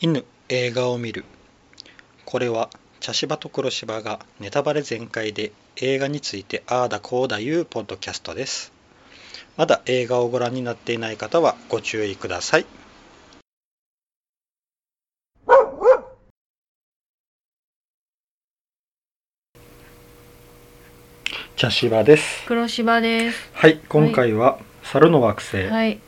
犬映画を見るこれは茶芝と黒芝がネタバレ全開で映画についてああだこうだいうポッドキャストですまだ映画をご覧になっていない方はご注意ください茶芝です黒芝です。はい今回は猿の惑星はい。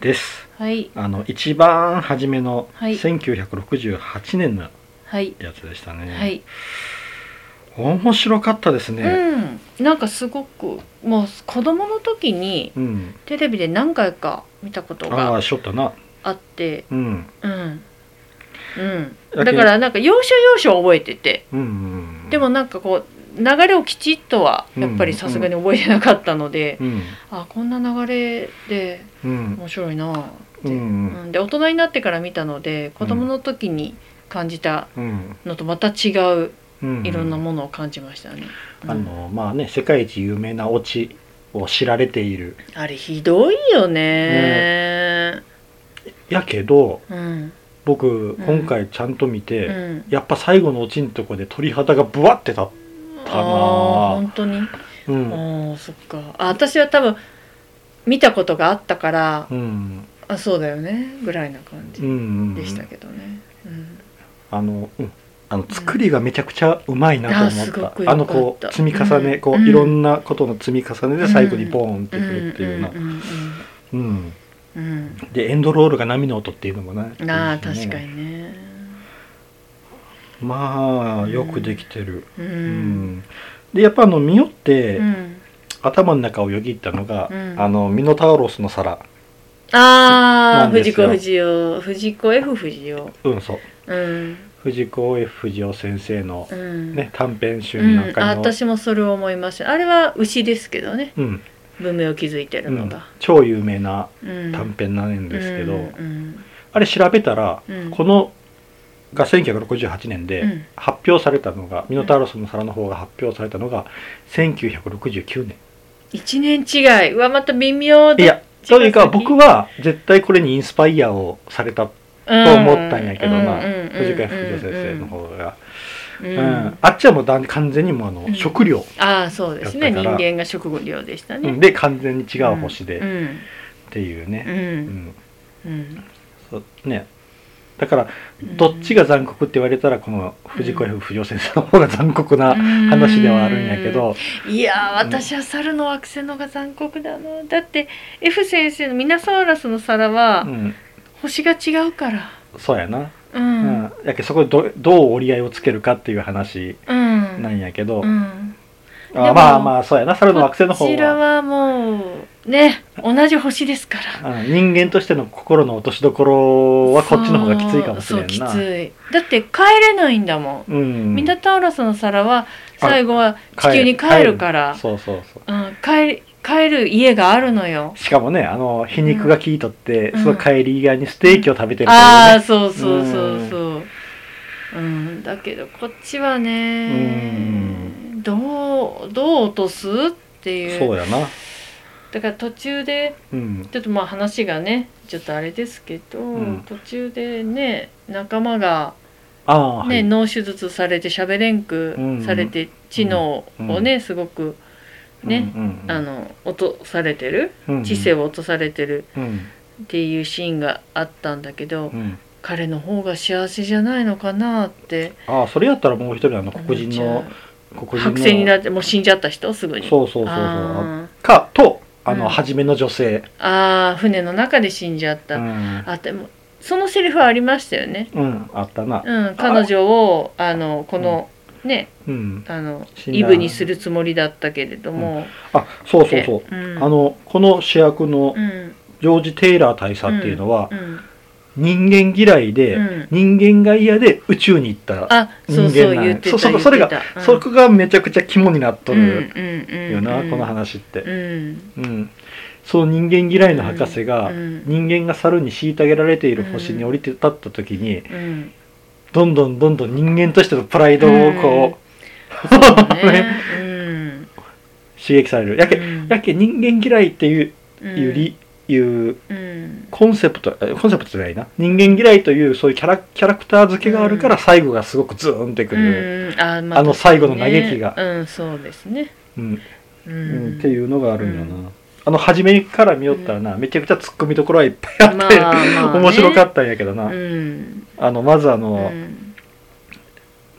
です、はい。あの一番初めのはい1968年のはい。やつでしたね、はい。面白かったですね。うん。なんかすごく、もう子供の時にうん。テレビで何回か見たことああ、がしょったな。あって、うん。うん。うん。だけだからなんか要所要所覚えてて、うんうん。でも、なんかこう、流れをきちっとはやっぱりさすがに覚えてなかったので、うん。あこんな流れでうん。面白いなぁっうて、ん。うん。うんで大人になってから見たので子供の時に感じたうん。のとまた違ううん。いろんなものを感じましたね。あの、まあね、世界一有名なオチを知られている。あれひどいよね。やけど、うん。僕、ん今回ちゃんと見うて、ん。やっぱ最後のオチのとこで鳥肌がブワってた。ああー本当に。うあん。ーそっか。あ私は多分見たことがあったからう、ん。あそうだよねぐらいなう感んうじん。でしたけどね。うん。あの、うん、あの作りがめちゃくちゃうまいなと思あすごっくた。良かったあのこう積み重ね、うんこううんいろんなことの積み重ねで最後にボーンってうくんるっていうような。うんうん。うんうん。でエンドロールが波の音っていうのもね。うん。なあいいですね確か。にね。まあよくできてる。うう。んん。でやっぱあのミオって、うん。頭の中をよぎったのが、うんあのミノタウロスの皿。ああなんです藤よ子不二雄藤子 F 不二雄。うんそう。うん。藤子 F 不二雄先生のうん。ね短編集うのん、あ中の。私もそれを思いましたあれは牛ですけどねうん、文明を築いてうるのんが、、超有名なうん、短編なんですけど、うんあれ調べたら、うんこのが1968年で、うん発表されたのがミノタウロスの皿の方が発表されたのが1969年1年違いうわまた微妙だいやというか僕はは絶対これにインスパイアをされたと思ったんやけど、まあ藤川副長先生の方が、うんううんんうんあっちはもうだん完全にもうあの、うん食料、ああそうですねだった人から間が食料でしたうんね、で完全に違う星で、うっんていううね,、んうん、そうねだからうんどっちが残酷って言われたらこの藤子 F 不二雄先生の方が残酷な話ではあるんやけど、いやーうん私は猿の惑星の方が残酷だなだって F 先生のミナサウラスの皿はうん、星が違うからそうやなううんん、やけそこでどどう折り合いをつけるかっていう話うんなんやけど、うんであもまあまあそうやな猿の惑星の方こちらははもうね同じ星ですからあの人間としての心の落としどころはこっちの方がきついかもしれんそうなそうきついだって帰れないんだもん、うんミナタウロスの皿は最後は地球に帰るからそうそうそううん、帰帰る家があるのよしかもねあの皮肉が効いとって、うんその帰り際にステーキを食べてるとあいあうね、そうそうそうそううんだけどこっちはねどうどう落とすっていうそうやなだから途中でうんちょっとまあ話がねちょっとあれですけど、ん途中でね仲間が、ああ、ねはい脳手術されて喋れんくうんされて、知能をね、すごくね、うんうんうんあの落とされてるうんうん知性を落とされてるうんっていうシーンがあったんだけど、うん彼の方が幸せじゃないのかなってああそれやったらもう一人あの思っ黒人ちゃのう黒人の白線になってもう死んじゃった人すぐにそうそうそうそうあかとあの、うん初めの女性、ーあー船の中で死んじゃっうた、ん、あでもそのセリフはありましたよねうん、あったな。うん、彼女をあのこの、ねうん。あの死んだイブにするつもりだったけれども、あ、そうそうそう。でうん、あの、この主役のうんジョージ・テイラー大佐っていうのはう、ん人間嫌いで、うん人間が嫌で宇宙に行ったあそうそう人間なんや言ってそたそ言ってたそれがうんそこがめちゃくちゃ肝になっとるうんうんうんよな、うんこの話って。うんうん。その人間嫌いの博士が、うん人間が猿に虐げられている星に降りて立った時に、うんどんどんどんどん人間としてのプライドをこう、そうねね刺激される。やけ、うんやけ人間嫌いっていううんより、いううんコンセプトえコンセプトじゃないな人間嫌いというそういうキャラキャラクター付けがあるからうん最後がすごくズーンってくる、うんあ,、まあの最後の嘆きがねうんそうですね、うんううんんっていうのがあるんよな、うあの初めから見よったらな、めちゃくちゃツッコミどころはいっぱいあって、まあまあね面白かったんやけどな、うんあのまずあうの、ん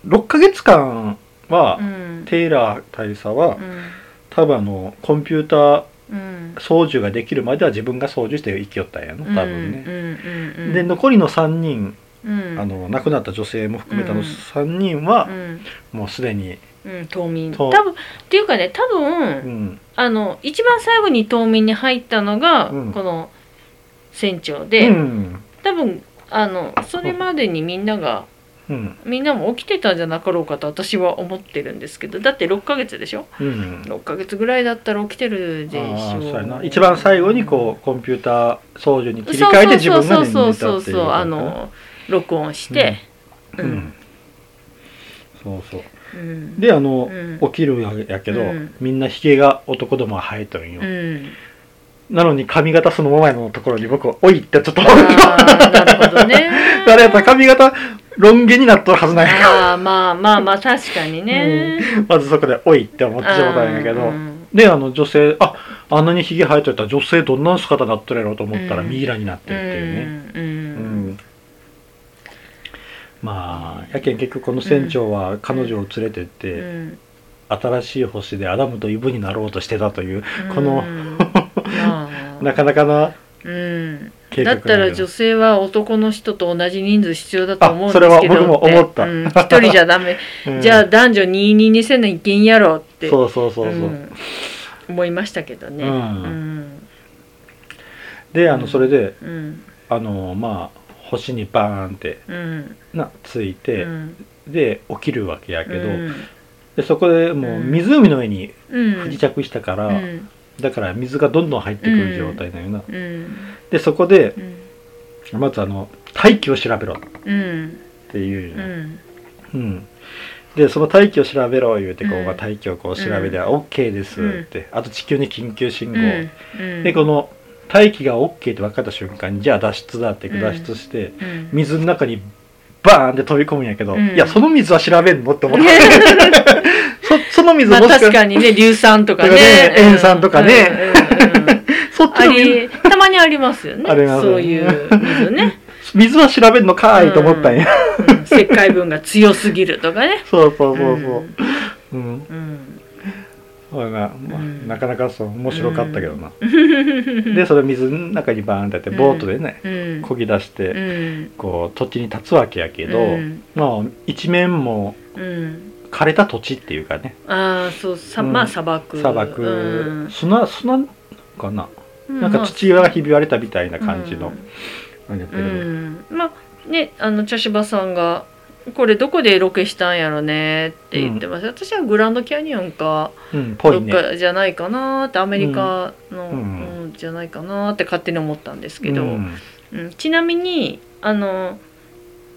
6ヶ月間は、うんテイラー大佐は、うん多分あのコンピューターうん操縦ができるまでは自分が操縦して生きよったんやな多分ね、ねで残りの3人うんあの亡くなった女性も含めたのうん3人はう、んもうすでに、うん、島民と多分っていうかね多分、うんあの一番最後に島民に入ったのが、うんこの船長で、うん多分あのそれまでにみんながうんみんなも起きてたんじゃなかろうかと私は思ってるんですけどだって6ヶ月でしょうん6ヶ月ぐらいだったら起きてるでしああそうょやな一番最後にこうコンピューター操縦に切り替えて自分がそう寝てそたうっていうそうそうそうあの録音して、う、うんんそうそううんであの、うん起きるんやけど、うんみんなひげが男どもは生えとんよ、うん、なのに髪型そのままのところに僕「おい!」ってちょっとあーなるほど ねあれやったら髪型ロン毛になっとるはずないああまあまあまあ確かにね、まずそこで「おい!」って思ってしまったんやけど、であの女性ああんなにひげ生えといたら女性どんな姿になっとるやろうと思ったらうんミイラになってるっていうね、ねうんまあやけん結局この船長は彼女を連れてって、新しい星でアダムとイブになろうとしてたという、この ななかなかなうん、計だ画ったら女性は男の人と同じ人数必要だと思うんですけどあそれは僕も思ったうん一人じゃ ダメじゃあ男女二人にせないけんやろってそうそうそうそう、ん思いましたけどねううんんであのそれでうんあのまあ星にバーンってうんなついうて、んで起きるわけやけど、うんでそこでもう湖の上にうん不時着したから、うんだから水がどんどん入ってくる状態だよな、うんでそこでうんまずあの大気を調べろっうんていうようね、んうんでその大気を調べろ言うてこう、うんまあ大気をこう調べて、オッ OK ですって、あと地球に緊急信号、うんでこの大気が OK って分かった瞬間にじゃあ脱出だって言って脱出して、うん水の中にバーンって飛び込むんやけど、うんいやその水は調べんのって思って そその水まもあしかし確かにね硫酸とかねとかね塩酸とかねうんうんうんうんそっちあの水りたまにありますよねありますそういう水ね、水は調べんのかーいと思ったんや、うん、石灰分が強すぎるとかねそうそうそうそううん、うんそうやな、まあうんなかなかそう面白かったけどな、でそれ水の中にバーンってやってボートでね、うん漕ぎ出して、うんこう土地に立つわけやけど、うんまあ一面もうん枯れた土地っていうかねああそうさ、うんまあ砂漠砂漠、うん砂砂かな、うなんか土がひび割れたみたいな感じの、なんやけうどん、うんまあねあの茶芝さんが「これどこでロケしたんやろね」って言ってます、私はグランドキャニオンかうんぽいどっねかじゃないかなーってアメリカの、ううんんじゃないかなーって勝手に思ったんですけど、ううんんちなみにあの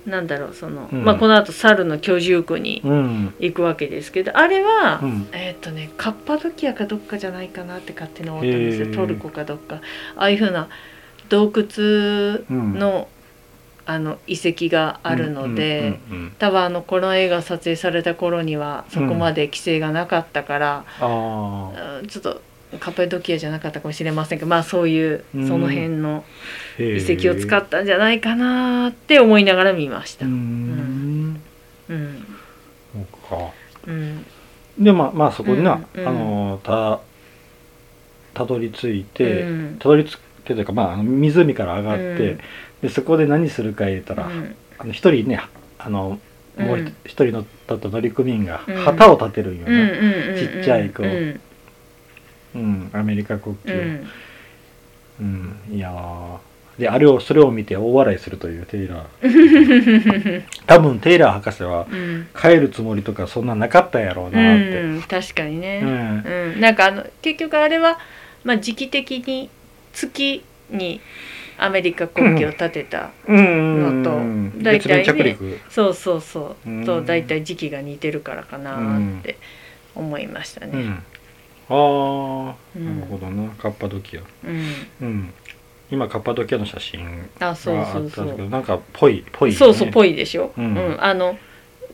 なんだろうその、うんまあ、このあと猿の居住区にうん行くわけですけどあれは、うんえーっとねカッパドキアかどっかじゃないかなって勝手に思ったんですへよートルコかどっかああいうふうな洞窟うんの,、あの遺跡があるので。うんうんうんうん多分あのこの映画撮影された頃にはそこまで規制がなかったから、ああうんちょっとカッパドキアじゃなかったかもしれませんけどまあそういううんその辺の遺遺跡を使っったんじゃないかなって思いながら見ました。ううんん、うんそうかうんでまあまあそこにな、うんうんあのたたどり着いて、うんたどり着いてというかまああの湖から上がって、うんでそこで何するか言ったら、うんあの一人ねあのもううん一人乗ったと乗組員がうん旗を立てるんようんね、うんうんちっちゃい子うんうんアメリカ国う旗を、うんんいやーであれをそれを見て大笑いすると いうテイラー多分テイラー博士は うん帰るつもりとかそんななかったやろうなーって、うん確かにうね、んうん、なんかあの結局あれは、まあ、時期的に月にアメリカ国旗を立てた、うんのとうん大体ね月面着陸そうそうそう、うんと大体時期が似てるからかなって思いましたうね。ん、ああ、うなんるほどなカッパドキアうんうん今カッパドキアの写真あそうがそあっうたそんですけうどなんかぽいぽい、ね、そうそうぽいでしょ、ううんんあの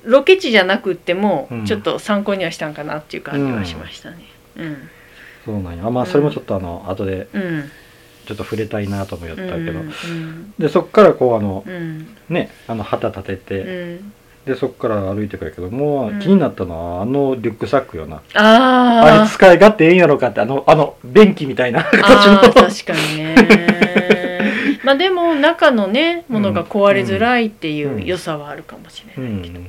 ロケ地じゃなくっても、うんちょっと参考にはしたんかなっていう感じはしましたねうんそうなんやあまあそれもちょっとあの、後でうんちょっと触れたいなとも言ったうけんど、うんでそっからこうあのうんねあの旗立てて、うんでそっから歩いてくるけどもううん気になったのはあのリュックサックよな、あれあー使い勝手ええんやろかってあのあの便器みたいな形あーの確かに ねまあでも中のねものが壊れづらいっていうんう良さはあるかもしれうない、ん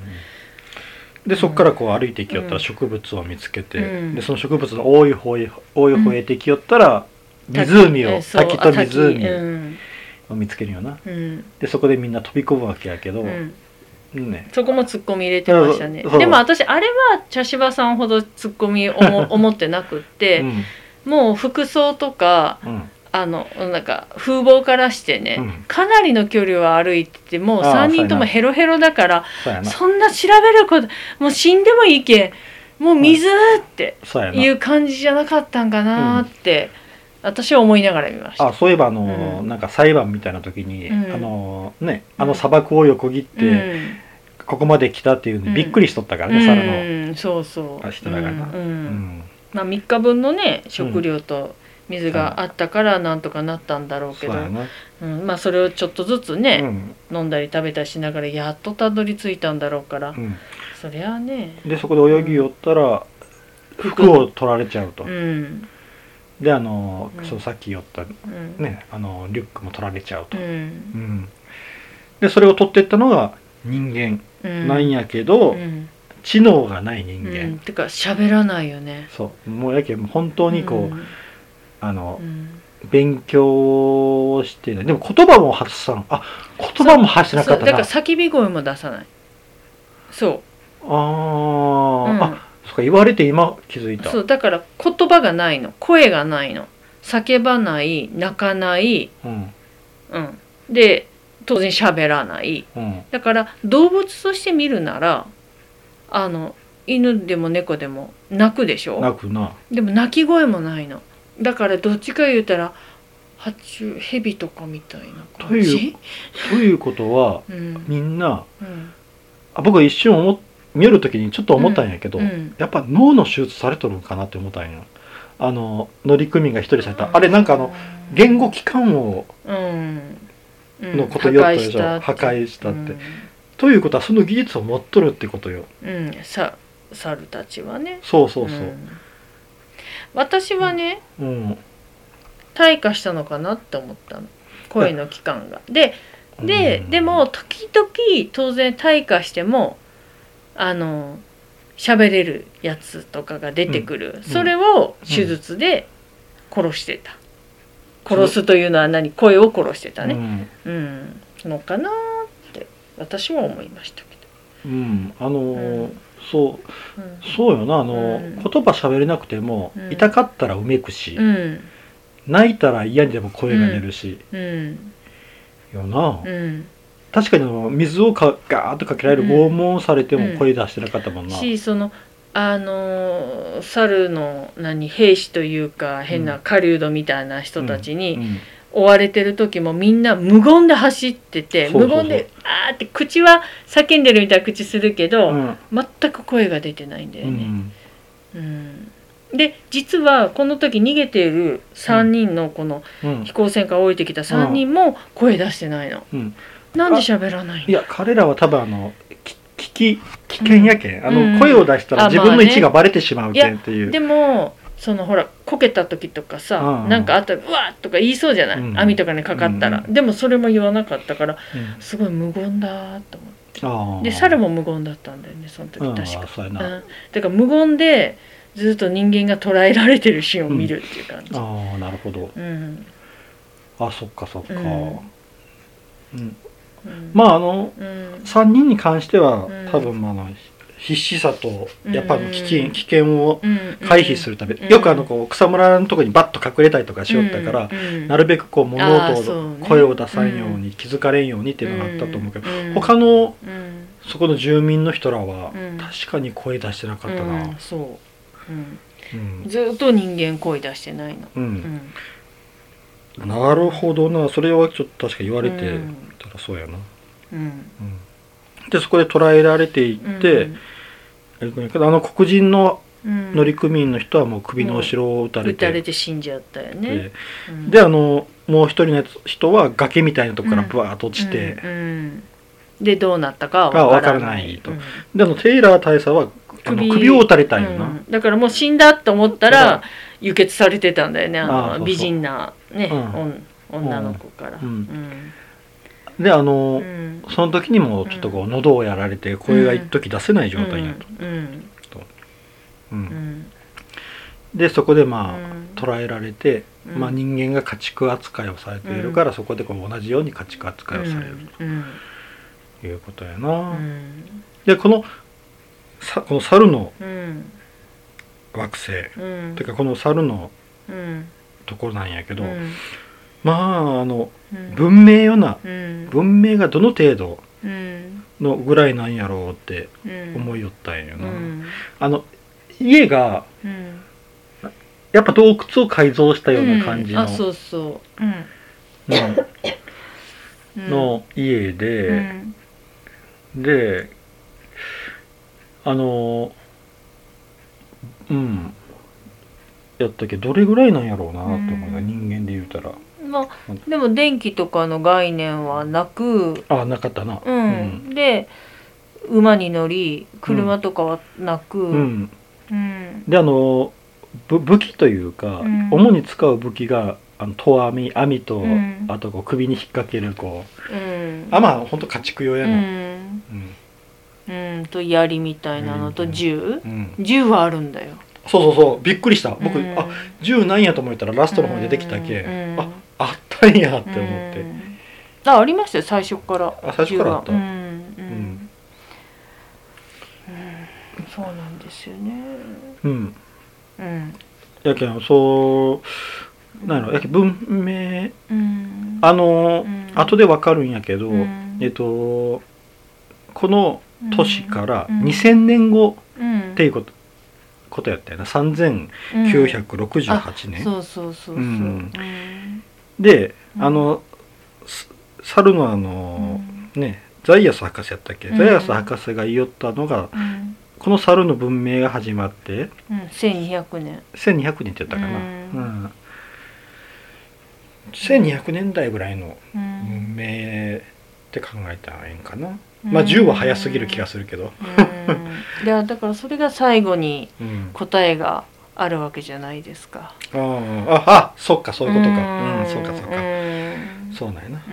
でそっからこう歩いていきよったうらん植物を見つけて、うんでその植物の多い方へ多い方へてきよったら湖を、えそう滝と滝う湖んを見つけるよなうんでそこでみんな飛び込むわけやけど、うんねそこもツッコミ入れてましたねそうそうでも私あれは茶芝さんほどツッコミ思 思ってなくっうて、んもう服装とかうんあのなんか風貌からしてね、うんかなりの距離を歩いててもうああ3人ともヘロヘロだからそうやなそんな調べることもう死んでもいいけんもう水ってそうやいなう感じじゃなかったんかなって、私は思いながら見ました。あそういえばあの、うんなんか裁判みたいな時に、うんあのねあの砂漠を横切って、ここまで来たっていうのうんびっくりしとったからうんね、う猿の、ん、そうそう。あ人らがなうんううんんまあ3日分のね食料と水があったからなんとかなったんだろうけそうど、うやんな、まあそれをちょっとずつうね、ん飲んだり食べたりしながらやっとたどり着いたんだろうかうら、ん、そりゃあねでそこで泳ぎ寄ったら、服を取られちゃうと、うんであの、うんそうさっき寄ったうん、ねあのリュックも取られちゃううと、んうんでそれを取ってったのが人間うんなんやけど、うん知能がない人間、うん、てか喋らないよねそうもうやけん本当にこう、んあのうん勉強をしてないでも言葉も発さんあ言葉も発してなかそっうただなから叫び声も出さないそあー、う,、うん、あそっか言われて今気づいたそうだから言葉がないの声がないの叫ばない泣かないうんうん、で当然喋らないうんだから動物として見るならあの犬でも猫でも泣くでしなょくなでも泣き声もないのだからどっちか言うたら爬虫蛇とかみたいなと感いうじということはうんみんなうんあ僕は一瞬思っ見よる時にちょっと思ったんやけど、うんやっぱ脳の手術されとるんかなって思ったんやあの乗組員が一人された、あれなんかあの言語機関をうんうんのこと言おうとでしょ破破壊壊ししたたっっててということはその技術を持っとるってことようん、うんさ猿たちはねそうそうそうん私はね、うん、退化したのかなって思ったの声の期間が。でで、うんでも時々当然退化してもあの喋れるやつとかが出てくる、それを手術で殺してた、殺すというのは何声を殺してたね、うんうんのかなって私は思いましたけうん、あのーうんそうど。そうよなあのー、うん言葉喋れなくても、うん痛かったらうめくし、うんうん泣いたら嫌にでも声が出るし、うんよな、うん確かにあの水をかガーッとかけられるうん拷問されてうもん声出してなかったもんな、しそのあのー猿の何兵士というか変な狩人みたいな人たちうにん追われてる時もみんな無言で走っててそうそうそう無言で「あ」って口は叫んでるみたいな口するけど、うん全く声が出てないんだうよね。んうんで実はこの時逃げている3人のこのうん飛行船から降りてきた3人も声出してないの。うんなんで喋らないいのや彼らは多分あのき聞き危険やけん、あうのん声を出したらあ自分の位まあ置ねがバレてしまうけんっていう、でもそのほらこけた時とかさ、うんなんかあったら「うわ!」とか言いそうじゃない、うん網とかにかかったら、うでもそれも言わなかったからすごい無言だーと思ってうんあーで猿も無言だったんだよねその時うん確か、そうやうん、な、あだから無言でずっと人間が捉えられてるシーンを見るっていう感じ、うんあなるほどあそっかそっか、ううんん、うんまああのうん3人に関しては、うん多分あの必死さとやっぱり危険,、うん危険をうん回避するため、うんよくあのこう草むらのとこにバッと隠れたりとかしよったから、うんなるべくこう物あー音そうを、ね声を出さんように、気づかれんようにっていうのがあったと思うけど、ん他のうんそこの住民の人らは、うん確かに声出してなかったな、ううんんそう、うん、ずっと人間声出してないの、うんなるほどなそれはちょっと確か言われてうんたらそうやな、うんうんでそこで捕らえられていって、あの黒人のうん乗組員の人はもう首の後ろを撃たれ撃たれて、て死んじゃったよね。うんであのもう一人のやつ人は崖みたいなとこからバーッと落ちて、うんうんでどうなったかはがわわかかららなないいとうんであのテイラー大佐はあの首首を打たれたんよな、うんだからもう死んだと思っただらか輸血されてたんだよねあのああそうそう美人な、ねうんおん女の子から。うんうんであの、うんその時にもちょっとこう喉をやられて声が一時出せない状態になると、うんうんうんでそこでうまあ、ん捕らえられて、うんまあ、人間が家畜扱いをされているから、そこでこう同じように家畜扱いをされるうんということやな、うんでこのさこの猿のうん惑星うんていうかこの猿のうんところなんやけど、うんまああのうん文明よなうん文明がどの程度うんのぐらいなんやろうってうん思いよったんやうな、んあの家がうんやっぱ洞窟を改造したような感じの、うんあそうそううんのうんの家うで、んであのうんやったけどどれぐらいなんやろうなと思うな、うん人間で言うたらまあでも電気とかの概念はなく、あなかったなうんで馬に乗り車とかはなく、うん、うんうんであのぶ武器というか、うん主に使う武器があの遠網網と、うんあとこう首に引っ掛けるこううんあまあほんと家畜用うやな、うん、んうん、と槍みたいなのと銃うん銃はあるんだよそうそうそうびっくりした僕、うんあ銃なんやと思ったらラストの方に出てきたけ、うんああったんやって思って、うんあありましたよ最初からあ最初からあった銃はうんうん、うん、そうなんですよねうんうんやけんそうなんやろやけん文明うんあの、うん後でわかるんやけど、うんえっとこの年からうん2000年後うんっていうこと,、ことやったよな3968うん年、そうそうそうそう、うんうんでうんあのす猿のあの、ねザイアス博士やったっけ、うんザイアス博士が言いよったのがうんこの猿の文明が始まってうん、1200年1200年って言ったかな、ううんん1200年代ぐらいのう文ん明って考えたらええんかな、まあ10は早すぎる気がするけど、うんいやだからそれが最後にうん、答えがあるわけじゃないですかあーああそっかそういうことかうんそうかそうかうんそうなんやな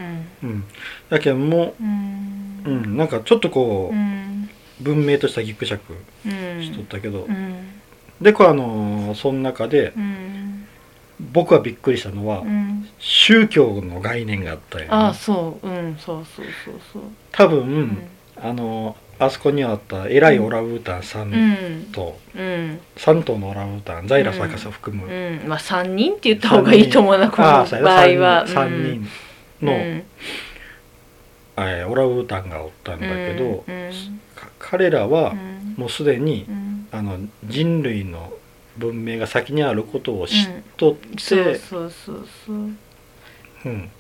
うんうんだけどもうう、うんん、なんかちょっとこうう、ん文明としたギクシャクうんしとったけど、うんでこれあのーその中でうん僕はびっくりしたのは、うん宗教の概念があったよ、ね、あそううんそうそうそうそう多分、うんあのあそこにあった偉いオランウータン3うん頭、うん3頭のオランウータンザイラス博士を含む、うんまあ三人って言った方がいいと思うなこの場ああ合そうやな3はうん人3人の、うんえーオランウータンがおったんだけど、うんうんか彼らはうんもうすでにう、んあの人類の文明が先にあることを知っとって、そうそうそうそう、うんうん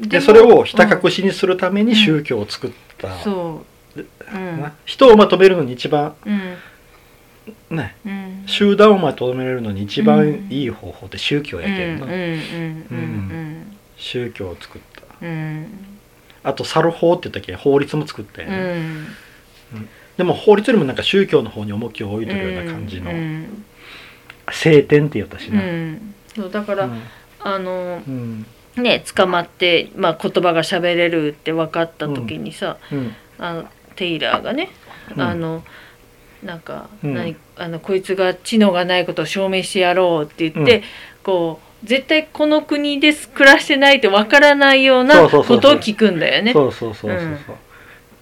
ででもそれをひた隠しにするために宗教を作った、うんそうでうんな人をまとめるのに一番うんねうん集団をまとめるのに一うん番いい方法って宗教やけんうな、んうんうん宗教を作ったうんうんあと猿法って言ったっけ法律も作ったや、うんんでも法律よりもなんか宗教の方に重きを置いてるような感じのうん聖典って言ったしうな、んそうだから、うんあのうんね捕まって、まあ、言葉が喋れるって分かった時にさ、うんあのテイラーがね、うんあのなんか、うん何あのこいつが知能がないことを証明してやろうって言って、うんこう絶対この国で暮らしてないってわからないようなそうことそをうそうそう聞くんだよね。そうそうそうそうそう、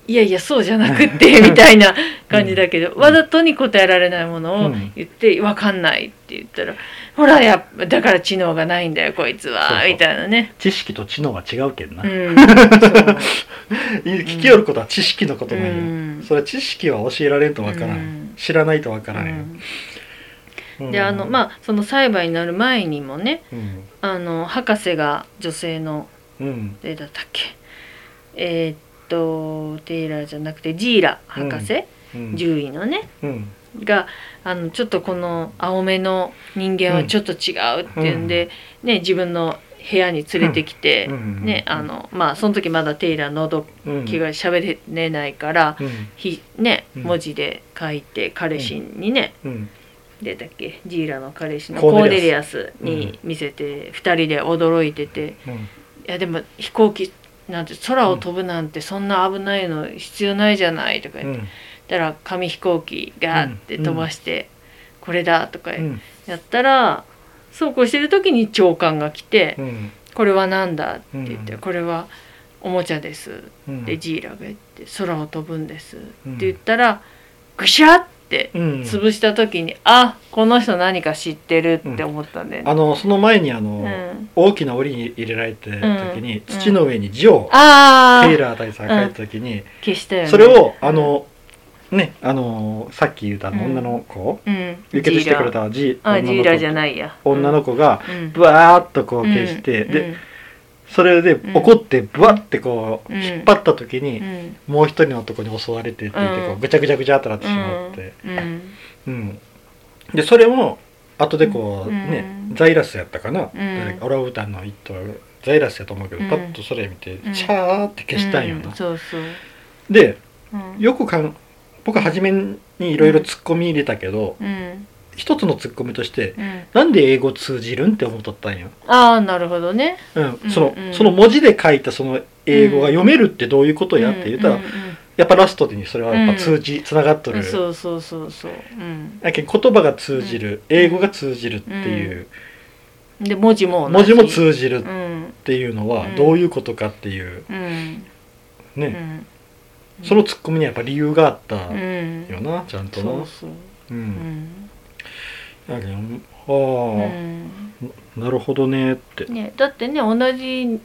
いやいやそうじゃなくってみたいな感じだけど、わざとに答えられないものを言って、わかんないって言ったらほらやっぱだから知能がないんだよこいつはそうそうみたいなね。知識と知能は違うけんな、う ん聞きよることは知識のことなんや、うんそれは知識は教えられんとわからん、うん知らないとわからんよ、うんであのあ、まあその裁判になる前にもねうんあの博士が女性のうん誰だったっけえーっとテイラーじゃなくてジーラ博士、うん獣医のねうんがあのちょっとこの青めの人間はちょっと違うっていうんで、ね、自分の部屋に連れてきて、うんねあのまあその時まだテイラー喉気が喋れないから、うんひね、うん文字で書いて彼氏にね、うん出たっけジーラの彼氏のココーーネデリリアスに見せて2人で驚いててうんいやでも飛行機なんて空を飛ぶなんてそんな危ないの必要ないじゃないとか言って。うんたら紙飛行機ガーって飛ばして、これだとかうんやったら、そうこうしてる時に長官が来てうんうん「これは何だ?」って言って「うんこれはおもちゃです」うんでジーラが言って「空を飛ぶんです」ってうん言ったらぐしゃってうん潰した時に「あこの人何か知ってる」って思ったんだよね。あのその前にあの、うん大きな檻に入れられた時に、うん土の上に字をあテイーラー大佐が書いた時に、消したよねそれをあの、ねあのさっき言ったあのうん女の子、うん受けてしてくれたじジーラあジーラじゃいないや女の子が子、うんブワーッとこう消して、うんでそれでうん怒ってブワッてこううん引っ張った時に、うんうんもう一人の男に襲われてって言ってこううんぐちゃぐちゃぐちゃってなってしまって、うんうんでそれも後でこう、うんねザイラスやったかな、うん誰かオランウータンの一頭ザイラスやと思うけど、うんパッとそれ見て、うんシャーって消したんよな、うんそうそう、でうん、よくかん僕初めにいろいろツッコミ入れたけど、うん一つのツッコミとしてうん、なんで英語通じるんって思っとったんよ、ああなるほどねうんそのうんその文字で書いたその英語が読めるってどういうことやって言ったら、うんうんやっぱラストにそれはやっぱ通じ、つながっとうるん、そうそうそうそう、うん、だけど言葉が通じる、英語が通じるっていう、で文字も同文じ字も通じるうっんていうのはうんどういうことかっていううんうね、んそのツッコミにはやっぱ理由があったうよんな、ちゃんとなそうそうう、うんん、だけどうはあ、んなるほどねって、ね、だってね同じ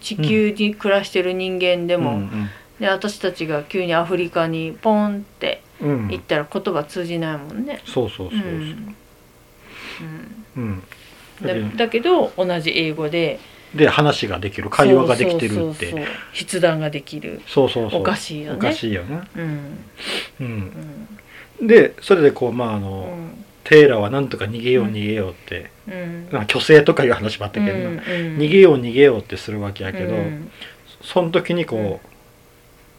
地球に暮らしてる人間ででも、うんね、私たちが急にアフリカにポンってうんうん行ったら言葉通じないもんね、そうそうそうそううんうんうんだだけどだけど同じ英語でで話ができる会話ができてるってそうそうそう筆談ができるそうそうそうおかしいよねおかしいよね、うんうん、うんでそれでこうまああうの、んテイラーはなんとか逃げよううん逃げようって、うんまあ虚勢とかいう話もあったけどな、逃げよう逃げようってするわけやけど、うんその時にこう、うん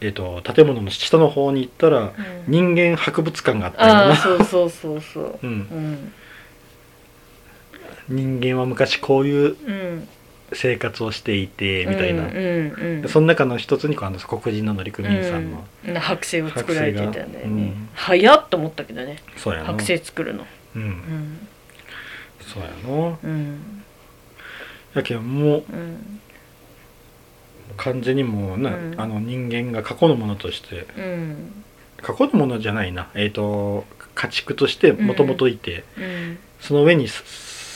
えっ、と建物の下の方に行ったらうん人間博物館があったよああな、そうそうそうそう うん、うん人間は昔こういううん生活をしていてみたいな、うんうんうんその中の一つにこうあの黒人の乗組員さんの、うん剥製を作られてたんだよ剥製ねがうん早っと思ったけどねそうやな剥製作るのううんんそうやなうんやけんもううん完全にもうな、うんあの人間が過去のものとしてうん過去のものじゃないなえっ、と家畜としてもともといて、うんその上にさ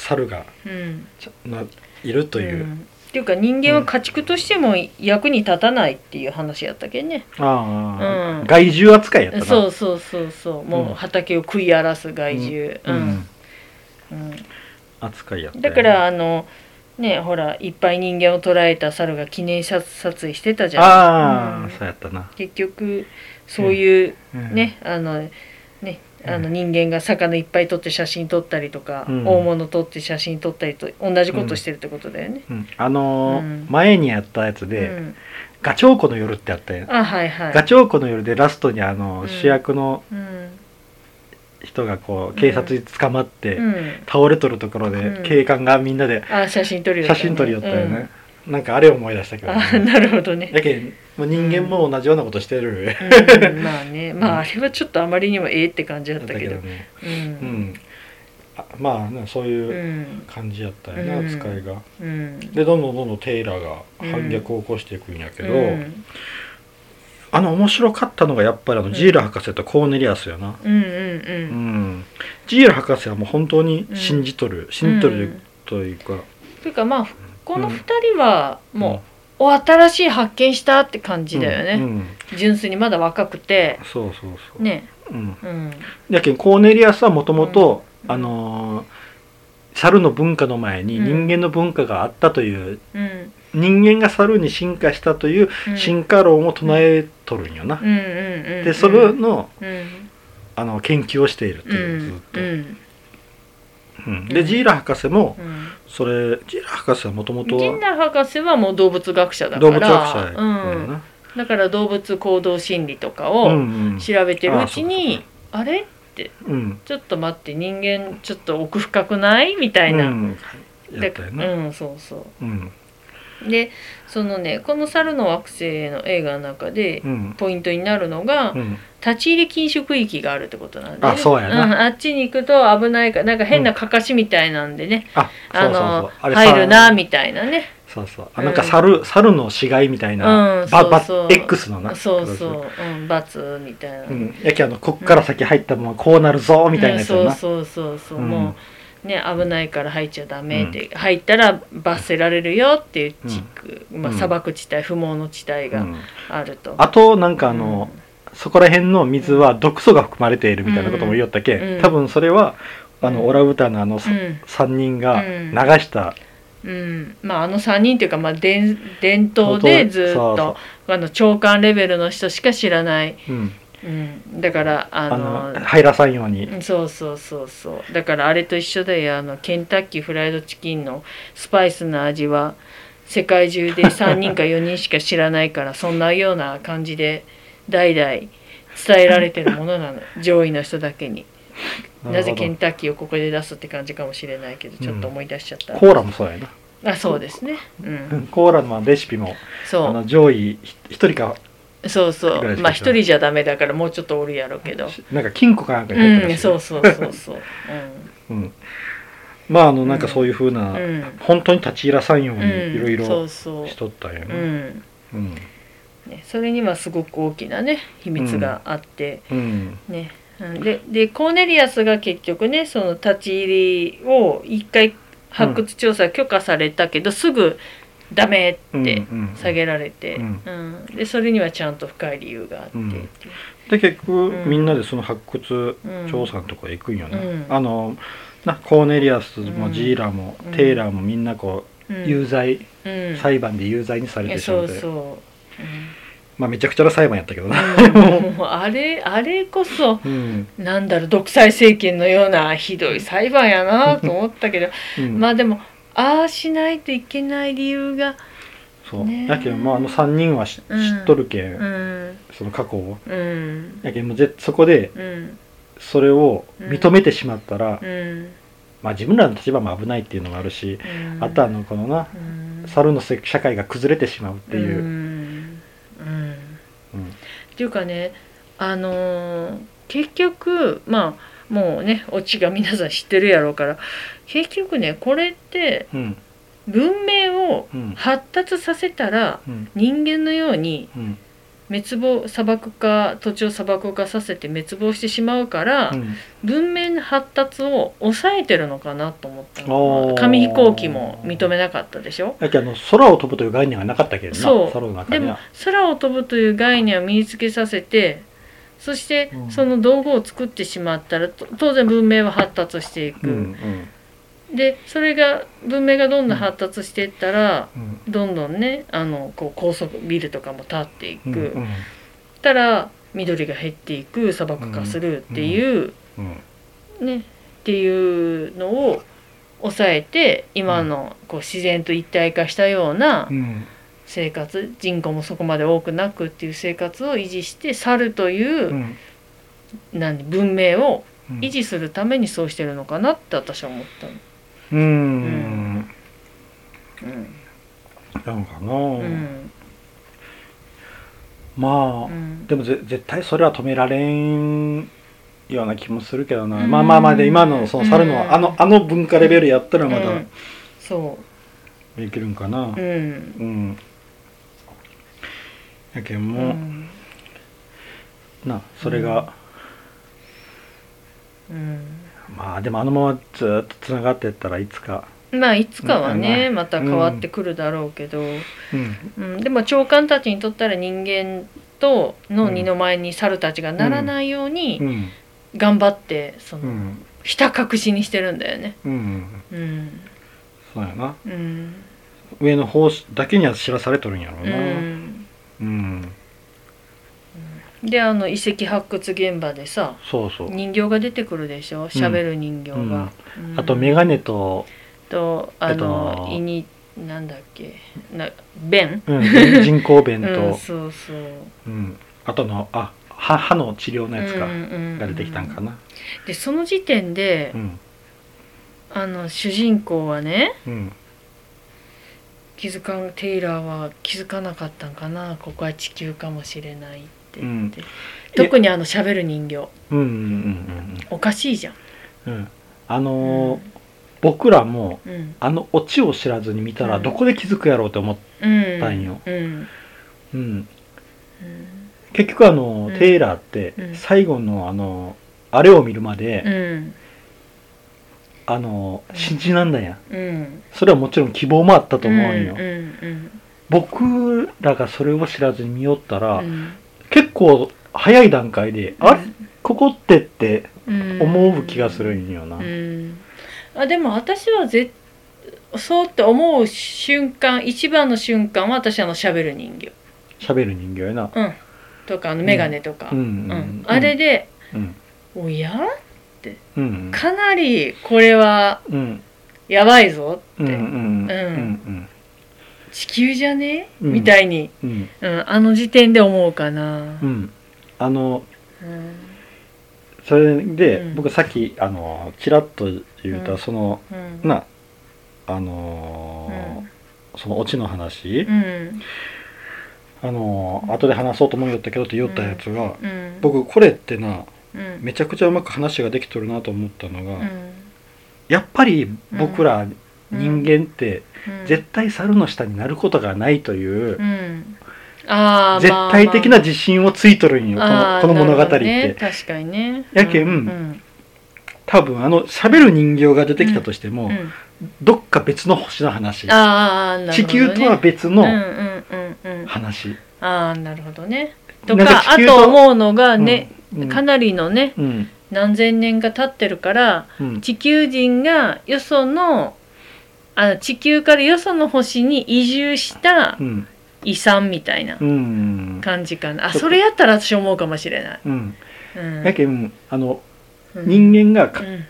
猿がうんちゃないるという、んっていうか人間は家畜としても役に立たないっていう話やったけんね、ああ、うん害獣扱いやったなそうそうそうそうもう畑を食い荒らす害獣、ううんん扱いやったうんよだからあのねほらいっぱい人間を捕らえた猿が記念撮撮影してたじゃあん、あ、うんそうやったな、結局そういううん、ね、あのねあのう人間が魚いっぱい撮って写真撮ったりとか、うん大物撮って写真撮ったりと同じことしてるってことだよね。うん、あのーうん前にやったやつで、うんガチョウコの夜ってあったよ、あはいはい。ガチョウコの夜でラストにあのー、うん主役のうん人がこう警察に捕まって、うん倒れとるところで、うん警官がみんなであ写真撮りよった写ね真撮り寄ったよね、なんかあれ思い出したけうんど、あね、なるほどねだけどもう人間も同じようなことしてる、 うんまあねまああれはちょっとあまりにもええって感じだっだたけけどどね、ううんん、あまあ、ね、そうういうん感じやったよな、うん扱いがうんでどんどんどんどんテイラーが反逆を起こしていくんやけど、うんあの面白かったのがやっぱりあのジーラ博士とコーネリアスよな、ううんんうんうんジーラ博士はもう本当に信じとる、信じとるというか、というかまあこの二人はもう、お新しい発見したって感じだよね、うんうん純粋にまだ若くてそうそうそう、ねうん、うんやけんコーネリアスはもともとあのー猿の文化の前に人間の文化があったという、うん人間が猿に進化したといううん進化論を唱えとるんよな、うんうんうんうんでそれのうんあの研究をしているとういうんずっと、うんうんでジーラ博士もうんそれジーラ博士はもともとジンはダ博士はもう動物学者だから動物学者やうんな、だから動物行動心理とかうんをうん調べてるうちに、あれうんちょっと待って人間ちょっと奥深くないみたいな、うん、やでったよな、うんそうそうんうでそのねこの「猿の惑星」の映画の中でうんポイントになるのが、うん立ち入り禁止区域があるってことなんで、、あそうやなんあっちに行くと危ないからなんか変なかかしみたいなんでね、あそあうそうそのうあれ入るなさみたいなねそうそうあなんか猿、猿の死骸みたいな、うんばばそうそう X のなそうそう、うん、罰みたいな、うん、やけあのこっから先入ったもんはこうなるぞみたいなやつやな、うんそうそうそうそう、うんもうね危ないから入っちゃダメって、入ったら罰せられるよっていう地区、まあ、うん砂漠地帯不毛の地帯うがんあると、あとなんかあの、そこら辺の水は毒素が含まれているみたいなことも言おったけ、うん多分それはあのうんオランウータンのあの、うさん、三3人がうん流した、うんうんまああの3人っていうか、まあ、伝伝統でずっそうとそあの長官レベルの人しか知らない、う、うん、うん、だからああのの入らさんように、うんそうそうそうそうだからあれと一緒だよあのケンタッキーフライドチキンのスパイスの味は世界中で3人か4人しか知らない からそんなような感じで代々伝えられてるも のなの上位の人だけになぜケンタッキーをここで出すって感じかもしれないけどちょっと思い出しちゃった、コーラもそうやな、あそうですねううんんコーラのレシピもあその上位ひ一人かうそうそぐらいうしかまあ一人じゃダメだからもうちょっとおるやろうけどしなんか金庫かなんかに入ってうんるそうそうそうそううん、まああのなんかそういうふうな、うん、うん本当に立ち入らさんようにいろいうん、そろうそうしとったんやうな、うんんね、それにはすごく大きなね秘密があって、うんねうんででコーネリアスが結局ねその立ち入りを一回発掘調査許可されたけど、すぐダメってうんうん下げられて、うんうんでそれにはちゃんと深い理由があって、うんで結局、うんみんなでその発掘うん調査のとこ行くんよね、うんあのなコーネリアスもジーラも、うんテイラーもみんなこうう、ん有罪、うん裁判で有罪にされいやてしまそっうてそう、まあめちゃくちゃな裁判やったけどな、うんもうあれあれこそうんなんだろう独裁政権のようなひどい裁判やなと思ったけどうんまあでもああしないといけない理由がそうねえやけんまああの3人はし知うんっとるけん、うんその過去をうんやけんもうぜそこでうんそれを認めてしまったら、うんまあ自分らの立場も危ないっていうのもあるし、あとあのこのなうん猿のせ社会が崩れてしまうっていうう、んうんうんっていうかねあのー結局まあもうねオチが皆さん知ってるやろうから結局ねこれってうん文明をうん発達させたらうん人間のようにうん滅亡砂漠化土地を砂漠化させて滅亡してしまうから、うん文明の発達を抑えてるのかなと思ったおのー紙飛行機も認めなかったでしょだけどあの空を飛ぶという概念がなかったけどなそう猿の中でにもは空を飛ぶという概念を身につけさせてそしてうんその道具を作ってしまったらと当然文明は発達していく、うんうんでそれが文明がどんどん発達していったら、うんどんどんねあのこう高速ビルとかも建っていうく、んうんたら緑が減っていく砂漠化するっていう、うんね、っていうのを抑えて今のこう自然と一体化したようなうん生活人口もそこまで多くなくっていう生活を維持して猿といううん何文明をうん維持するためにそうしてるのかなって私は思ったの。うーんうんなんかな、うんまあ、うんでもぜ絶対それは止められんような気もするけどな、うんまあまあまあで今のその猿の、うんあのあの文化レベルやったらまうだんそできるんかな、う、うんうん。やけんうも、んなそれが、うんまあでもあのままずっとつながってったらいつか、まあいつかはねうんまた変わってくるだろうけうど、ん、うん、でも長官たちにとったら人間との二の前に猿たちがならないように、うん、頑張ってその、うんひた隠しにしてるんだよねうんうんそうやなうん上の方だけには知らされとるんやろううなうん、んであの遺跡発掘現場でさそうそう、人形が出てくるでしょ喋る人形が、うんあとメガネと、とあの、えっと胃になんだっけな便 うん、人人工弁うん、と、そうそううん、あとのあ歯歯の治療のやつか、うんうんうんが出てきたんかなでその時点で、うんあの主人公はねうん気づかんテイラーは気づかなかったんかなここは地球かもしれないって言って、特にあの喋る人形うんうんうんおかしいじゃん、うんうんあのー僕らもうんあのオチを知らずに見たらうんどこで気づくやろうと思っうんたんようんうん、うん結局あの、うんテイラーっうてん最後のあのあれを見るまで、うんあのうん信じなんだんやうんそれはもちろん希望もあったと思うんよ、うんうん僕らがそれを知らずに見よったら、うん結構早い段階で、あれここってってうん思う気がするんよな、うんあでも私はぜそうって思う瞬間一番の瞬間は私はあの喋る人形、喋る人形やなうん、とかあの眼鏡とか、うんううんんうんあれでうん「おやうんかなりこれはうんやばいぞ」うんうんうっんて「うん地球じゃね?」うんみたいに、うんうんうん、あの時点で思うかなう。んあのうんそれで、うん僕さっきあのちらっと言うた、うんそのうんなあのーそのオチの話、うんあのー後で話そうと思いよったけどって言おったやつが、うん、僕これってなうん、めちゃくちゃうまく話ができとるなと思ったのが、うんやっぱり僕ら人間ってうん絶対猿の下になることがないといううん、あー絶まあ対的な自信をついとるんよ、あーこのこの物語って、なるほどね、確かにねやけんうんうん多分あの喋る人形が出てきたとしても、うんどっか別の星の話、あーなるほどね、地球とは別うんうのんうんうん話、ああなるほどねとなんかかあ地球とと思うのがね、うんかなりのねうん何千年が経ってるからうん地球人がよそのあの地球からよその星に移住したうん遺産みたいなうん感じかなあそっかそれやったら私思うかもしれない、うんうん、やけんあのうん人間がかうん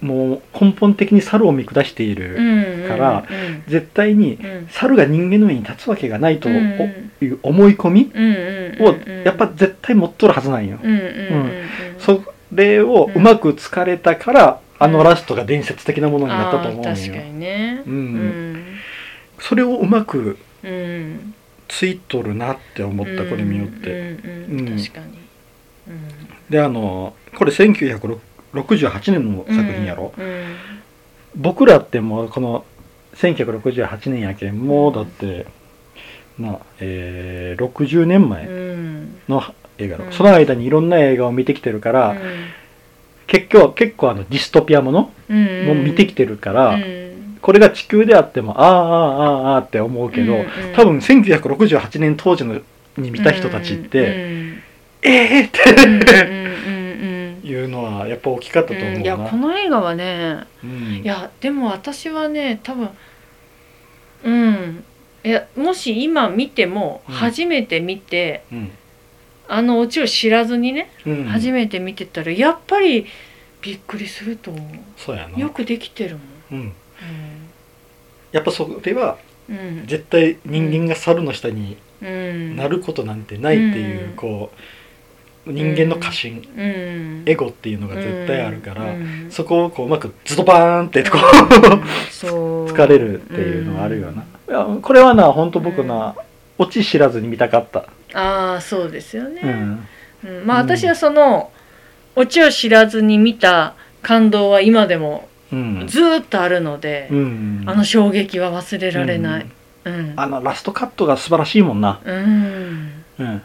もう根本的に猿を見下している、うんからうん絶対にうん猿が人間の上に立つわけがないとうんいう思い込みうんうんをうんうんやっぱ絶対持っとるはずなんよ。うんうんうんうんそれをうまく突かれたから、あのラストが伝説的なものになったと思うあーん確よか。にねう、うんんそれをうまくうんついとるなって思った、これによって。うんうんうん確かにうんであのこれ1968年の作品やろ、うん僕らってもうこの1968年やけんもうだってな、えー60年う前んの映画だ、うんその間にいろんな映画を見てきてるから、結局は結構あのディストピアものうんも見てきてるから、うんこれが地球であってもあああああああって思うけど、うんうん多分1968年当時のに見た人たちって、ええー、っうんうんうんてうんうんいうのはやっぱ大きかったと思うな、うんいやこの映画はねうんいやでも私はね多分うんいやもし今見てもうん初めて見てうんあのオチを知らずにねうん初めて見てたらやっぱりびっくりすると思そうやなうよくできてるもん、うん、やっぱそれはうんうん絶対人間が猿の下にうん、なることなんてないっていう、うんこう人間の過信、うんエゴっていうのが絶対あるから、うんそこをこううまくズドバーンってこうんうそう 疲れるっていうのはあるよな、いやこれはな本当僕な、オチ知らずに見たかった、うんああそうですようね、ん、うんまあ私はそのオチを知らずに見た感動は今でもうんずーっとあるので、うんあの衝撃は忘れられない、うんあのラストカットが素晴らしいもんなうんうん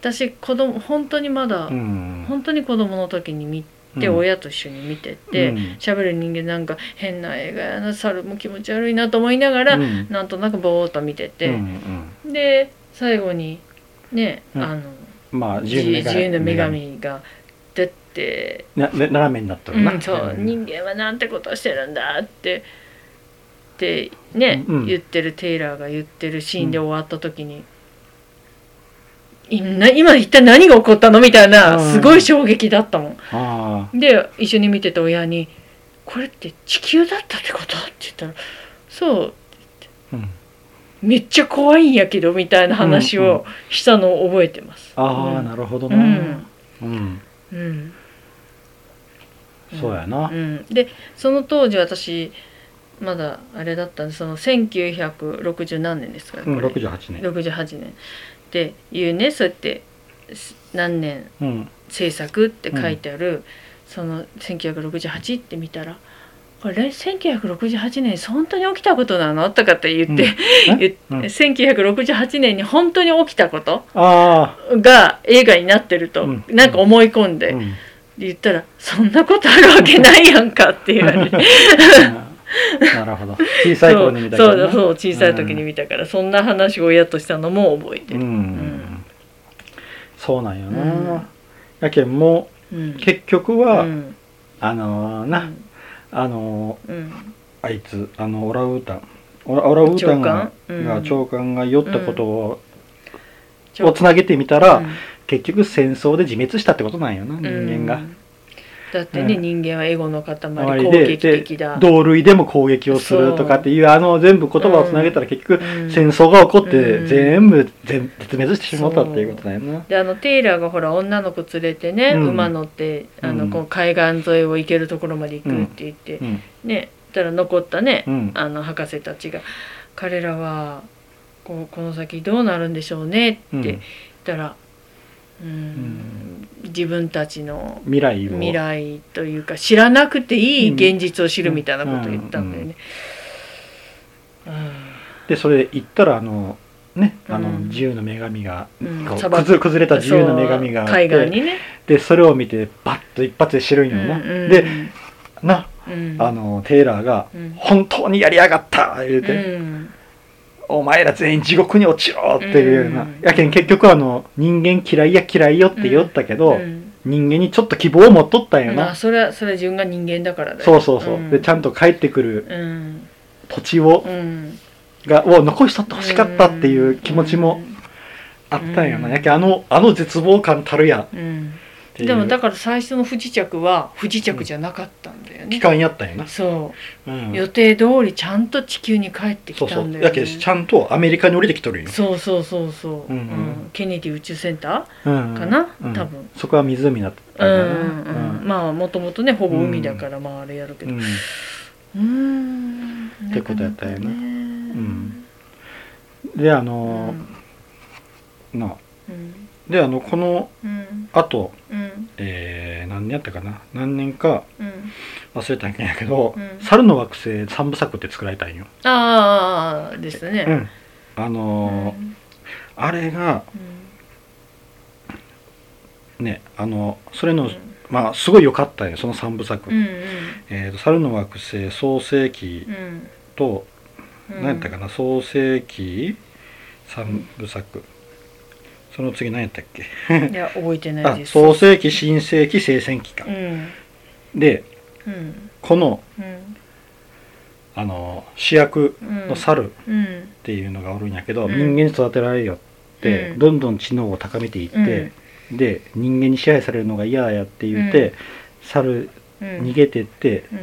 私子供本当にまだ、うん本当に子供の時に見て、親と一緒に見てて、喋る人間なんか変な映画やな猿も気持ち悪いなと思いながら、うんなんとなくぼーっと見てうんうて、んで最後にね、うんあのまあ自由の女神が「てっって、なな斜めになったうらな、ん、そう人間はなんてことをしてるんだってってね、うん言ってるテイラーが言ってるシーンで終わった時に、いな今一体何が起こったのみたいなうんすごい衝撃だったもん。あで一緒に見てた親に「これって地球だったってこと?」って言ったら「そうあ、うん、めっちゃ怖いんやけど」みたいな話をしたのを覚えてます。ああ、うんなるほどうな、んうんうんそうやな、うん、でその当時私まだあれだったんでその1960何年ですかねうんこれ、 68年、 68年っていうねそうやってす何年うん、制作って書いてある、その1968って見たら「これ1968年本当に起きたことなの?」とかって言って、うん言ってうん1968年に本当に起きたことあが映画になってると、うんなんか思い込んあ、で、うん言ったら「そんなことあるわけないやんか」って言 われてなるほど小さいそ頃うに見たそうけどだなそう小さい時に見たから、そんな話を親としたのも覚えてうん、る。そうなんよな、うんやけんもうん結局は、うんあのーな、あのうんーあいつあのオランウータンオラオランウータンが長官うんが長官が酔ったことを,、ちをょつなげてみたら、うん結局戦争で自滅したってことなんよな人間が、うんだってね、うん人間はエゴの塊周攻り撃で的だ同類でも攻撃をするとかっていうあの全部言葉をつなげたら結局うん戦争が起こってうん全部全絶滅してしまったっていうことだよな。であのテイラーがほら女の子連れてね、うん馬乗ってあの、うんこう海岸沿いを行けるところまで行くって言って、うんねたら残ったね、うんあの博士たちが「彼らはこうこの先どうなるんでしょうね」うってん言ったら、うん自分たちの未来を未来というか知らなくていい現実を知るみたいなことを言ったんだよね。でそれで行ったらあのねあのうん自由の女神が、うんこう砂漠崩崩れた自由の女神があそうっ海岸てにね。でそれを見てバッと一発で知るんよな。うんうんでなうんあのテイラーがうん「本当にやりやがった!」言うて。うんお前ら全員地獄に落ちろっていうような、うんやけん結局あの人間嫌いや嫌いよって言おったけど、うん人間にちょっと希望を持っとったんよまな、あそれはそれは自分が人間だからだよそうそうそう、んでちゃんと帰ってくるうん土地を,、うんがを残しとってほしかったっていう気持ちもあったんよな、うんやけんあのあの絶望感たるやっうんうんていうでもだから最初の不時着は不時着じゃなかったんだよね期間やったんよな、そううん予定通りちゃんと地球に帰ってそきうそたんうだやよけんねちゃんとアメリカに降りてきとるんよ、そうそうそうそううんうんうんケネディ宇宙センタうんーかなうん多分そこは湖だったうんんだなうんうんまあもともとねほぼ海だからまああれやるけうどんうーんってことやったよななかなかねんであのーなうんであのこのうんあとうんえー何年やったかな何年かうん忘れたんやけど、うん猿の惑星三部作って作られたんよ、ああですね、うんあのーうんあれがねあのそれうの、んまあすごい良かったんよその三部作、うんえーと猿の惑星創世紀うんと、うん何やったかな創世紀三部作その次何やったっけいや覚えてないあです創世紀新世紀聖戦期かう、んでうんこのうんあの主役うんの猿、うんっていうのがおるんやけど、う人ん間に育てられるよって、うんどんどん知能を高めていって、で人間に支配されるのが嫌やって言って、うん猿うん逃げてって、うん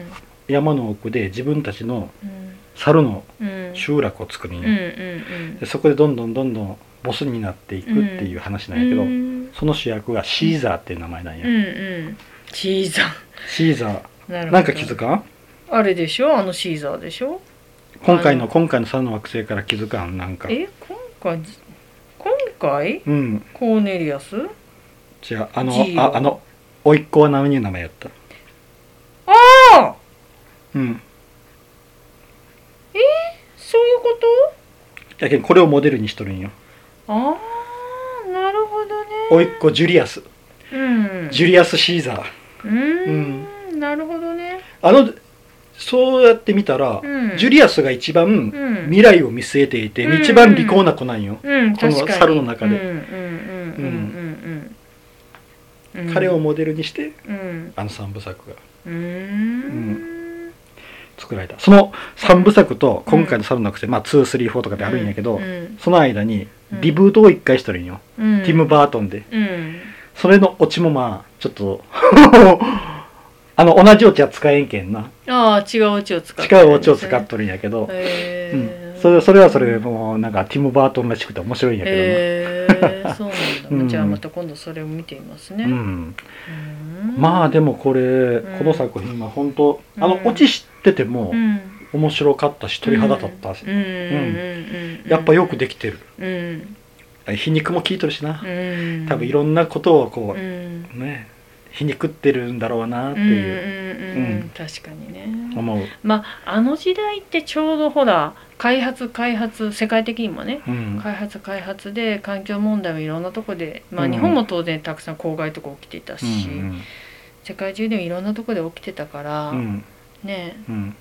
山の奥で自分たちのうん猿のうん集落を作りに、うんうんでそこでどんどんどんどんボスになっていくっていう話なんやけど、うんその主役がシーザーっていう名前なんや、うんうんシーザシーザーなるーほどなんか気づかんあれでしょあのシーザーでしょ今回あのの今回の猿の惑星から気づかんなんかえ今回今回うんコーネリアスじゃああのジーロああの甥っ子は何いう名前やったああうんそういうことやけんこれをモデルにしとるんよああなるほどね甥っ子ジュリアスうんジュリアス・シーザーうーんなるほどねあのそうやって見たら、うんジュリアスが一番うん未来を見据えていて、うん一番利口な子なんよ、うんこの確かに猿の中でうんうんうんうんうんうんうん彼をモデルにしてうんあの3部作がうーん作られたその3部作と今回の「猿の惑星」まあ234とかであるんやけど、うんその間にうんリブートを1回してるんよ、うんティム・バートンでうんそれのオチもまあちょっと あの同じオチは使えんけんなああ違うオチを使って違るんですねうオチを使っとるんやけど、へうんー、それそれはそれでもうなんかティム・バートンらしくて面白いんやけどな、へえそうなんだ、うんじゃあまた今度それを見てみますね、うん、うんまあでもこれ、んこの作品は本当あのうんオチ知っててもうん面白かったし鳥肌立ったし、うんうんうんうんやっぱよくできてるうん皮肉も効いとるしな、うん多分いろんなことをこうんう、ね皮肉ってるんだろうなっうんてうんいううんううんん確かにね思う、まああの時代ってちょうどほら開発開発世界的にもねうん開発開発で環境問題もいろんなとこで、まあ、うん日本も当然たくさん公害とか起きていたうし、ん世界中でもいろんなとこで起きてたから、うんうんねうん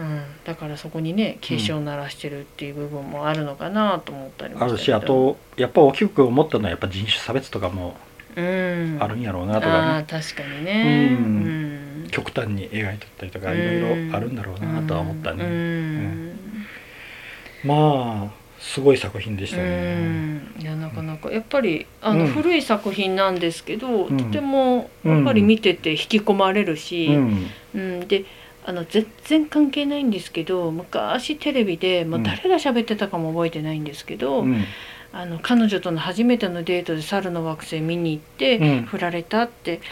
うん、だからそこにね警鐘を鳴らしてるっていう部分もあるのかなと思ったりもあるしあとやっぱ大きく思ったのはやっぱ人種差別とかもうんあるんやろうなとか、あねー確かにねうんうん極端に描いてったりとかいろいろあるんだろうなとは思ったね、うんまあすごい作品でしうたね、んいやなかなかやっぱりあの、うん古い作品なんですけど、うんとてもやっぱり見てて引き込まれるし、うんうん、であの全然関係ないんですけど昔テレビで、まあ、うん誰が喋ってたかも覚えてないんですけど、うんあの彼女との初めてのデートで猿の惑星見に行って、うん振られたって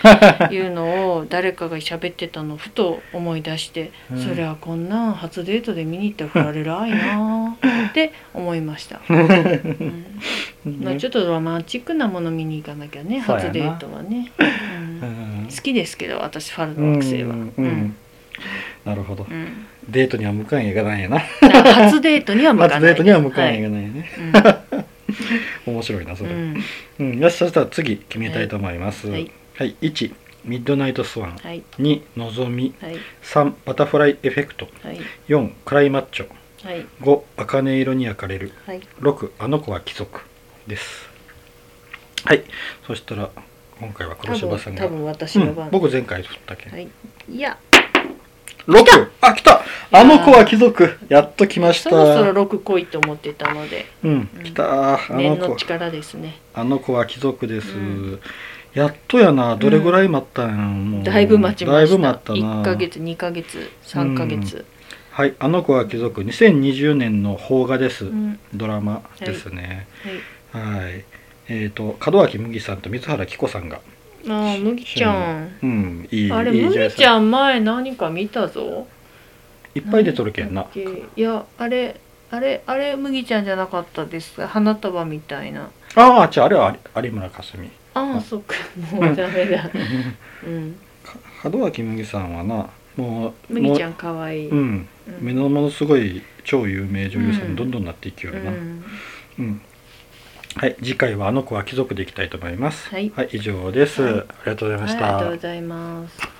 いうのを誰かが喋ってたのをふと思い出して、うんそりゃこんなん初デートで見に行ったら振られるあいな ーって思いました、うんまあ、ちょっとロマンチックなもの見に行かなきゃねそうやな初デートはね、うんうん好きですけど私ファルの惑星は。うんうんなるほどうんデートには向かんやがないんやなだから初デートには向かな初い。デートには向かんやはがいないんやね、面白いなそれ、ううんんよしそしたら次決めたいと思いますははいい、1ミッドナイトスワンはい2のぞみはい3バタフライエフェクトはい4クライマッチョはい5茜色に焼かれるはい6あの子は貴族ですはいそしたら今回は黒多柴さ分んが多分私の番。うん、僕前回振ったけん、はい。いや。六あ来たあの子は貴族やっと来ましたそろそろ六来いと思ってたので、うん来たあの念の子力ですね。あの子は貴族です、うんやっとやなどれぐらい待ったんや、もうだいぶ待ちまだいしぶた。待った一なヶ月、二ヶ月、三ヶ月。はいあの子は貴族2020年の邦画です、うん。ドラマですねはい。はいえっ、と門脇麦さんと水原希子さんがああ、麦ちゃん。うんいいあれいい麦ちゃん前何か見たぞ。いっぱい出とるけんなだっけ。いやあれあれあれ麦ちゃんじゃなかったです。花束みたいな。ああじゃああれは有有村架純ああ、そっか、もうダメ だ。うん。か門脇麦さんはなもう麦ちもゃん可愛い。う、うん、目のものすごい超有名女優さんにどんどんなっていくよううな、うんん。はい次回は「あの子は貴族」でいきたいと思います、はい以上です、はいありがとうございはまい、あしりた、がとうございます。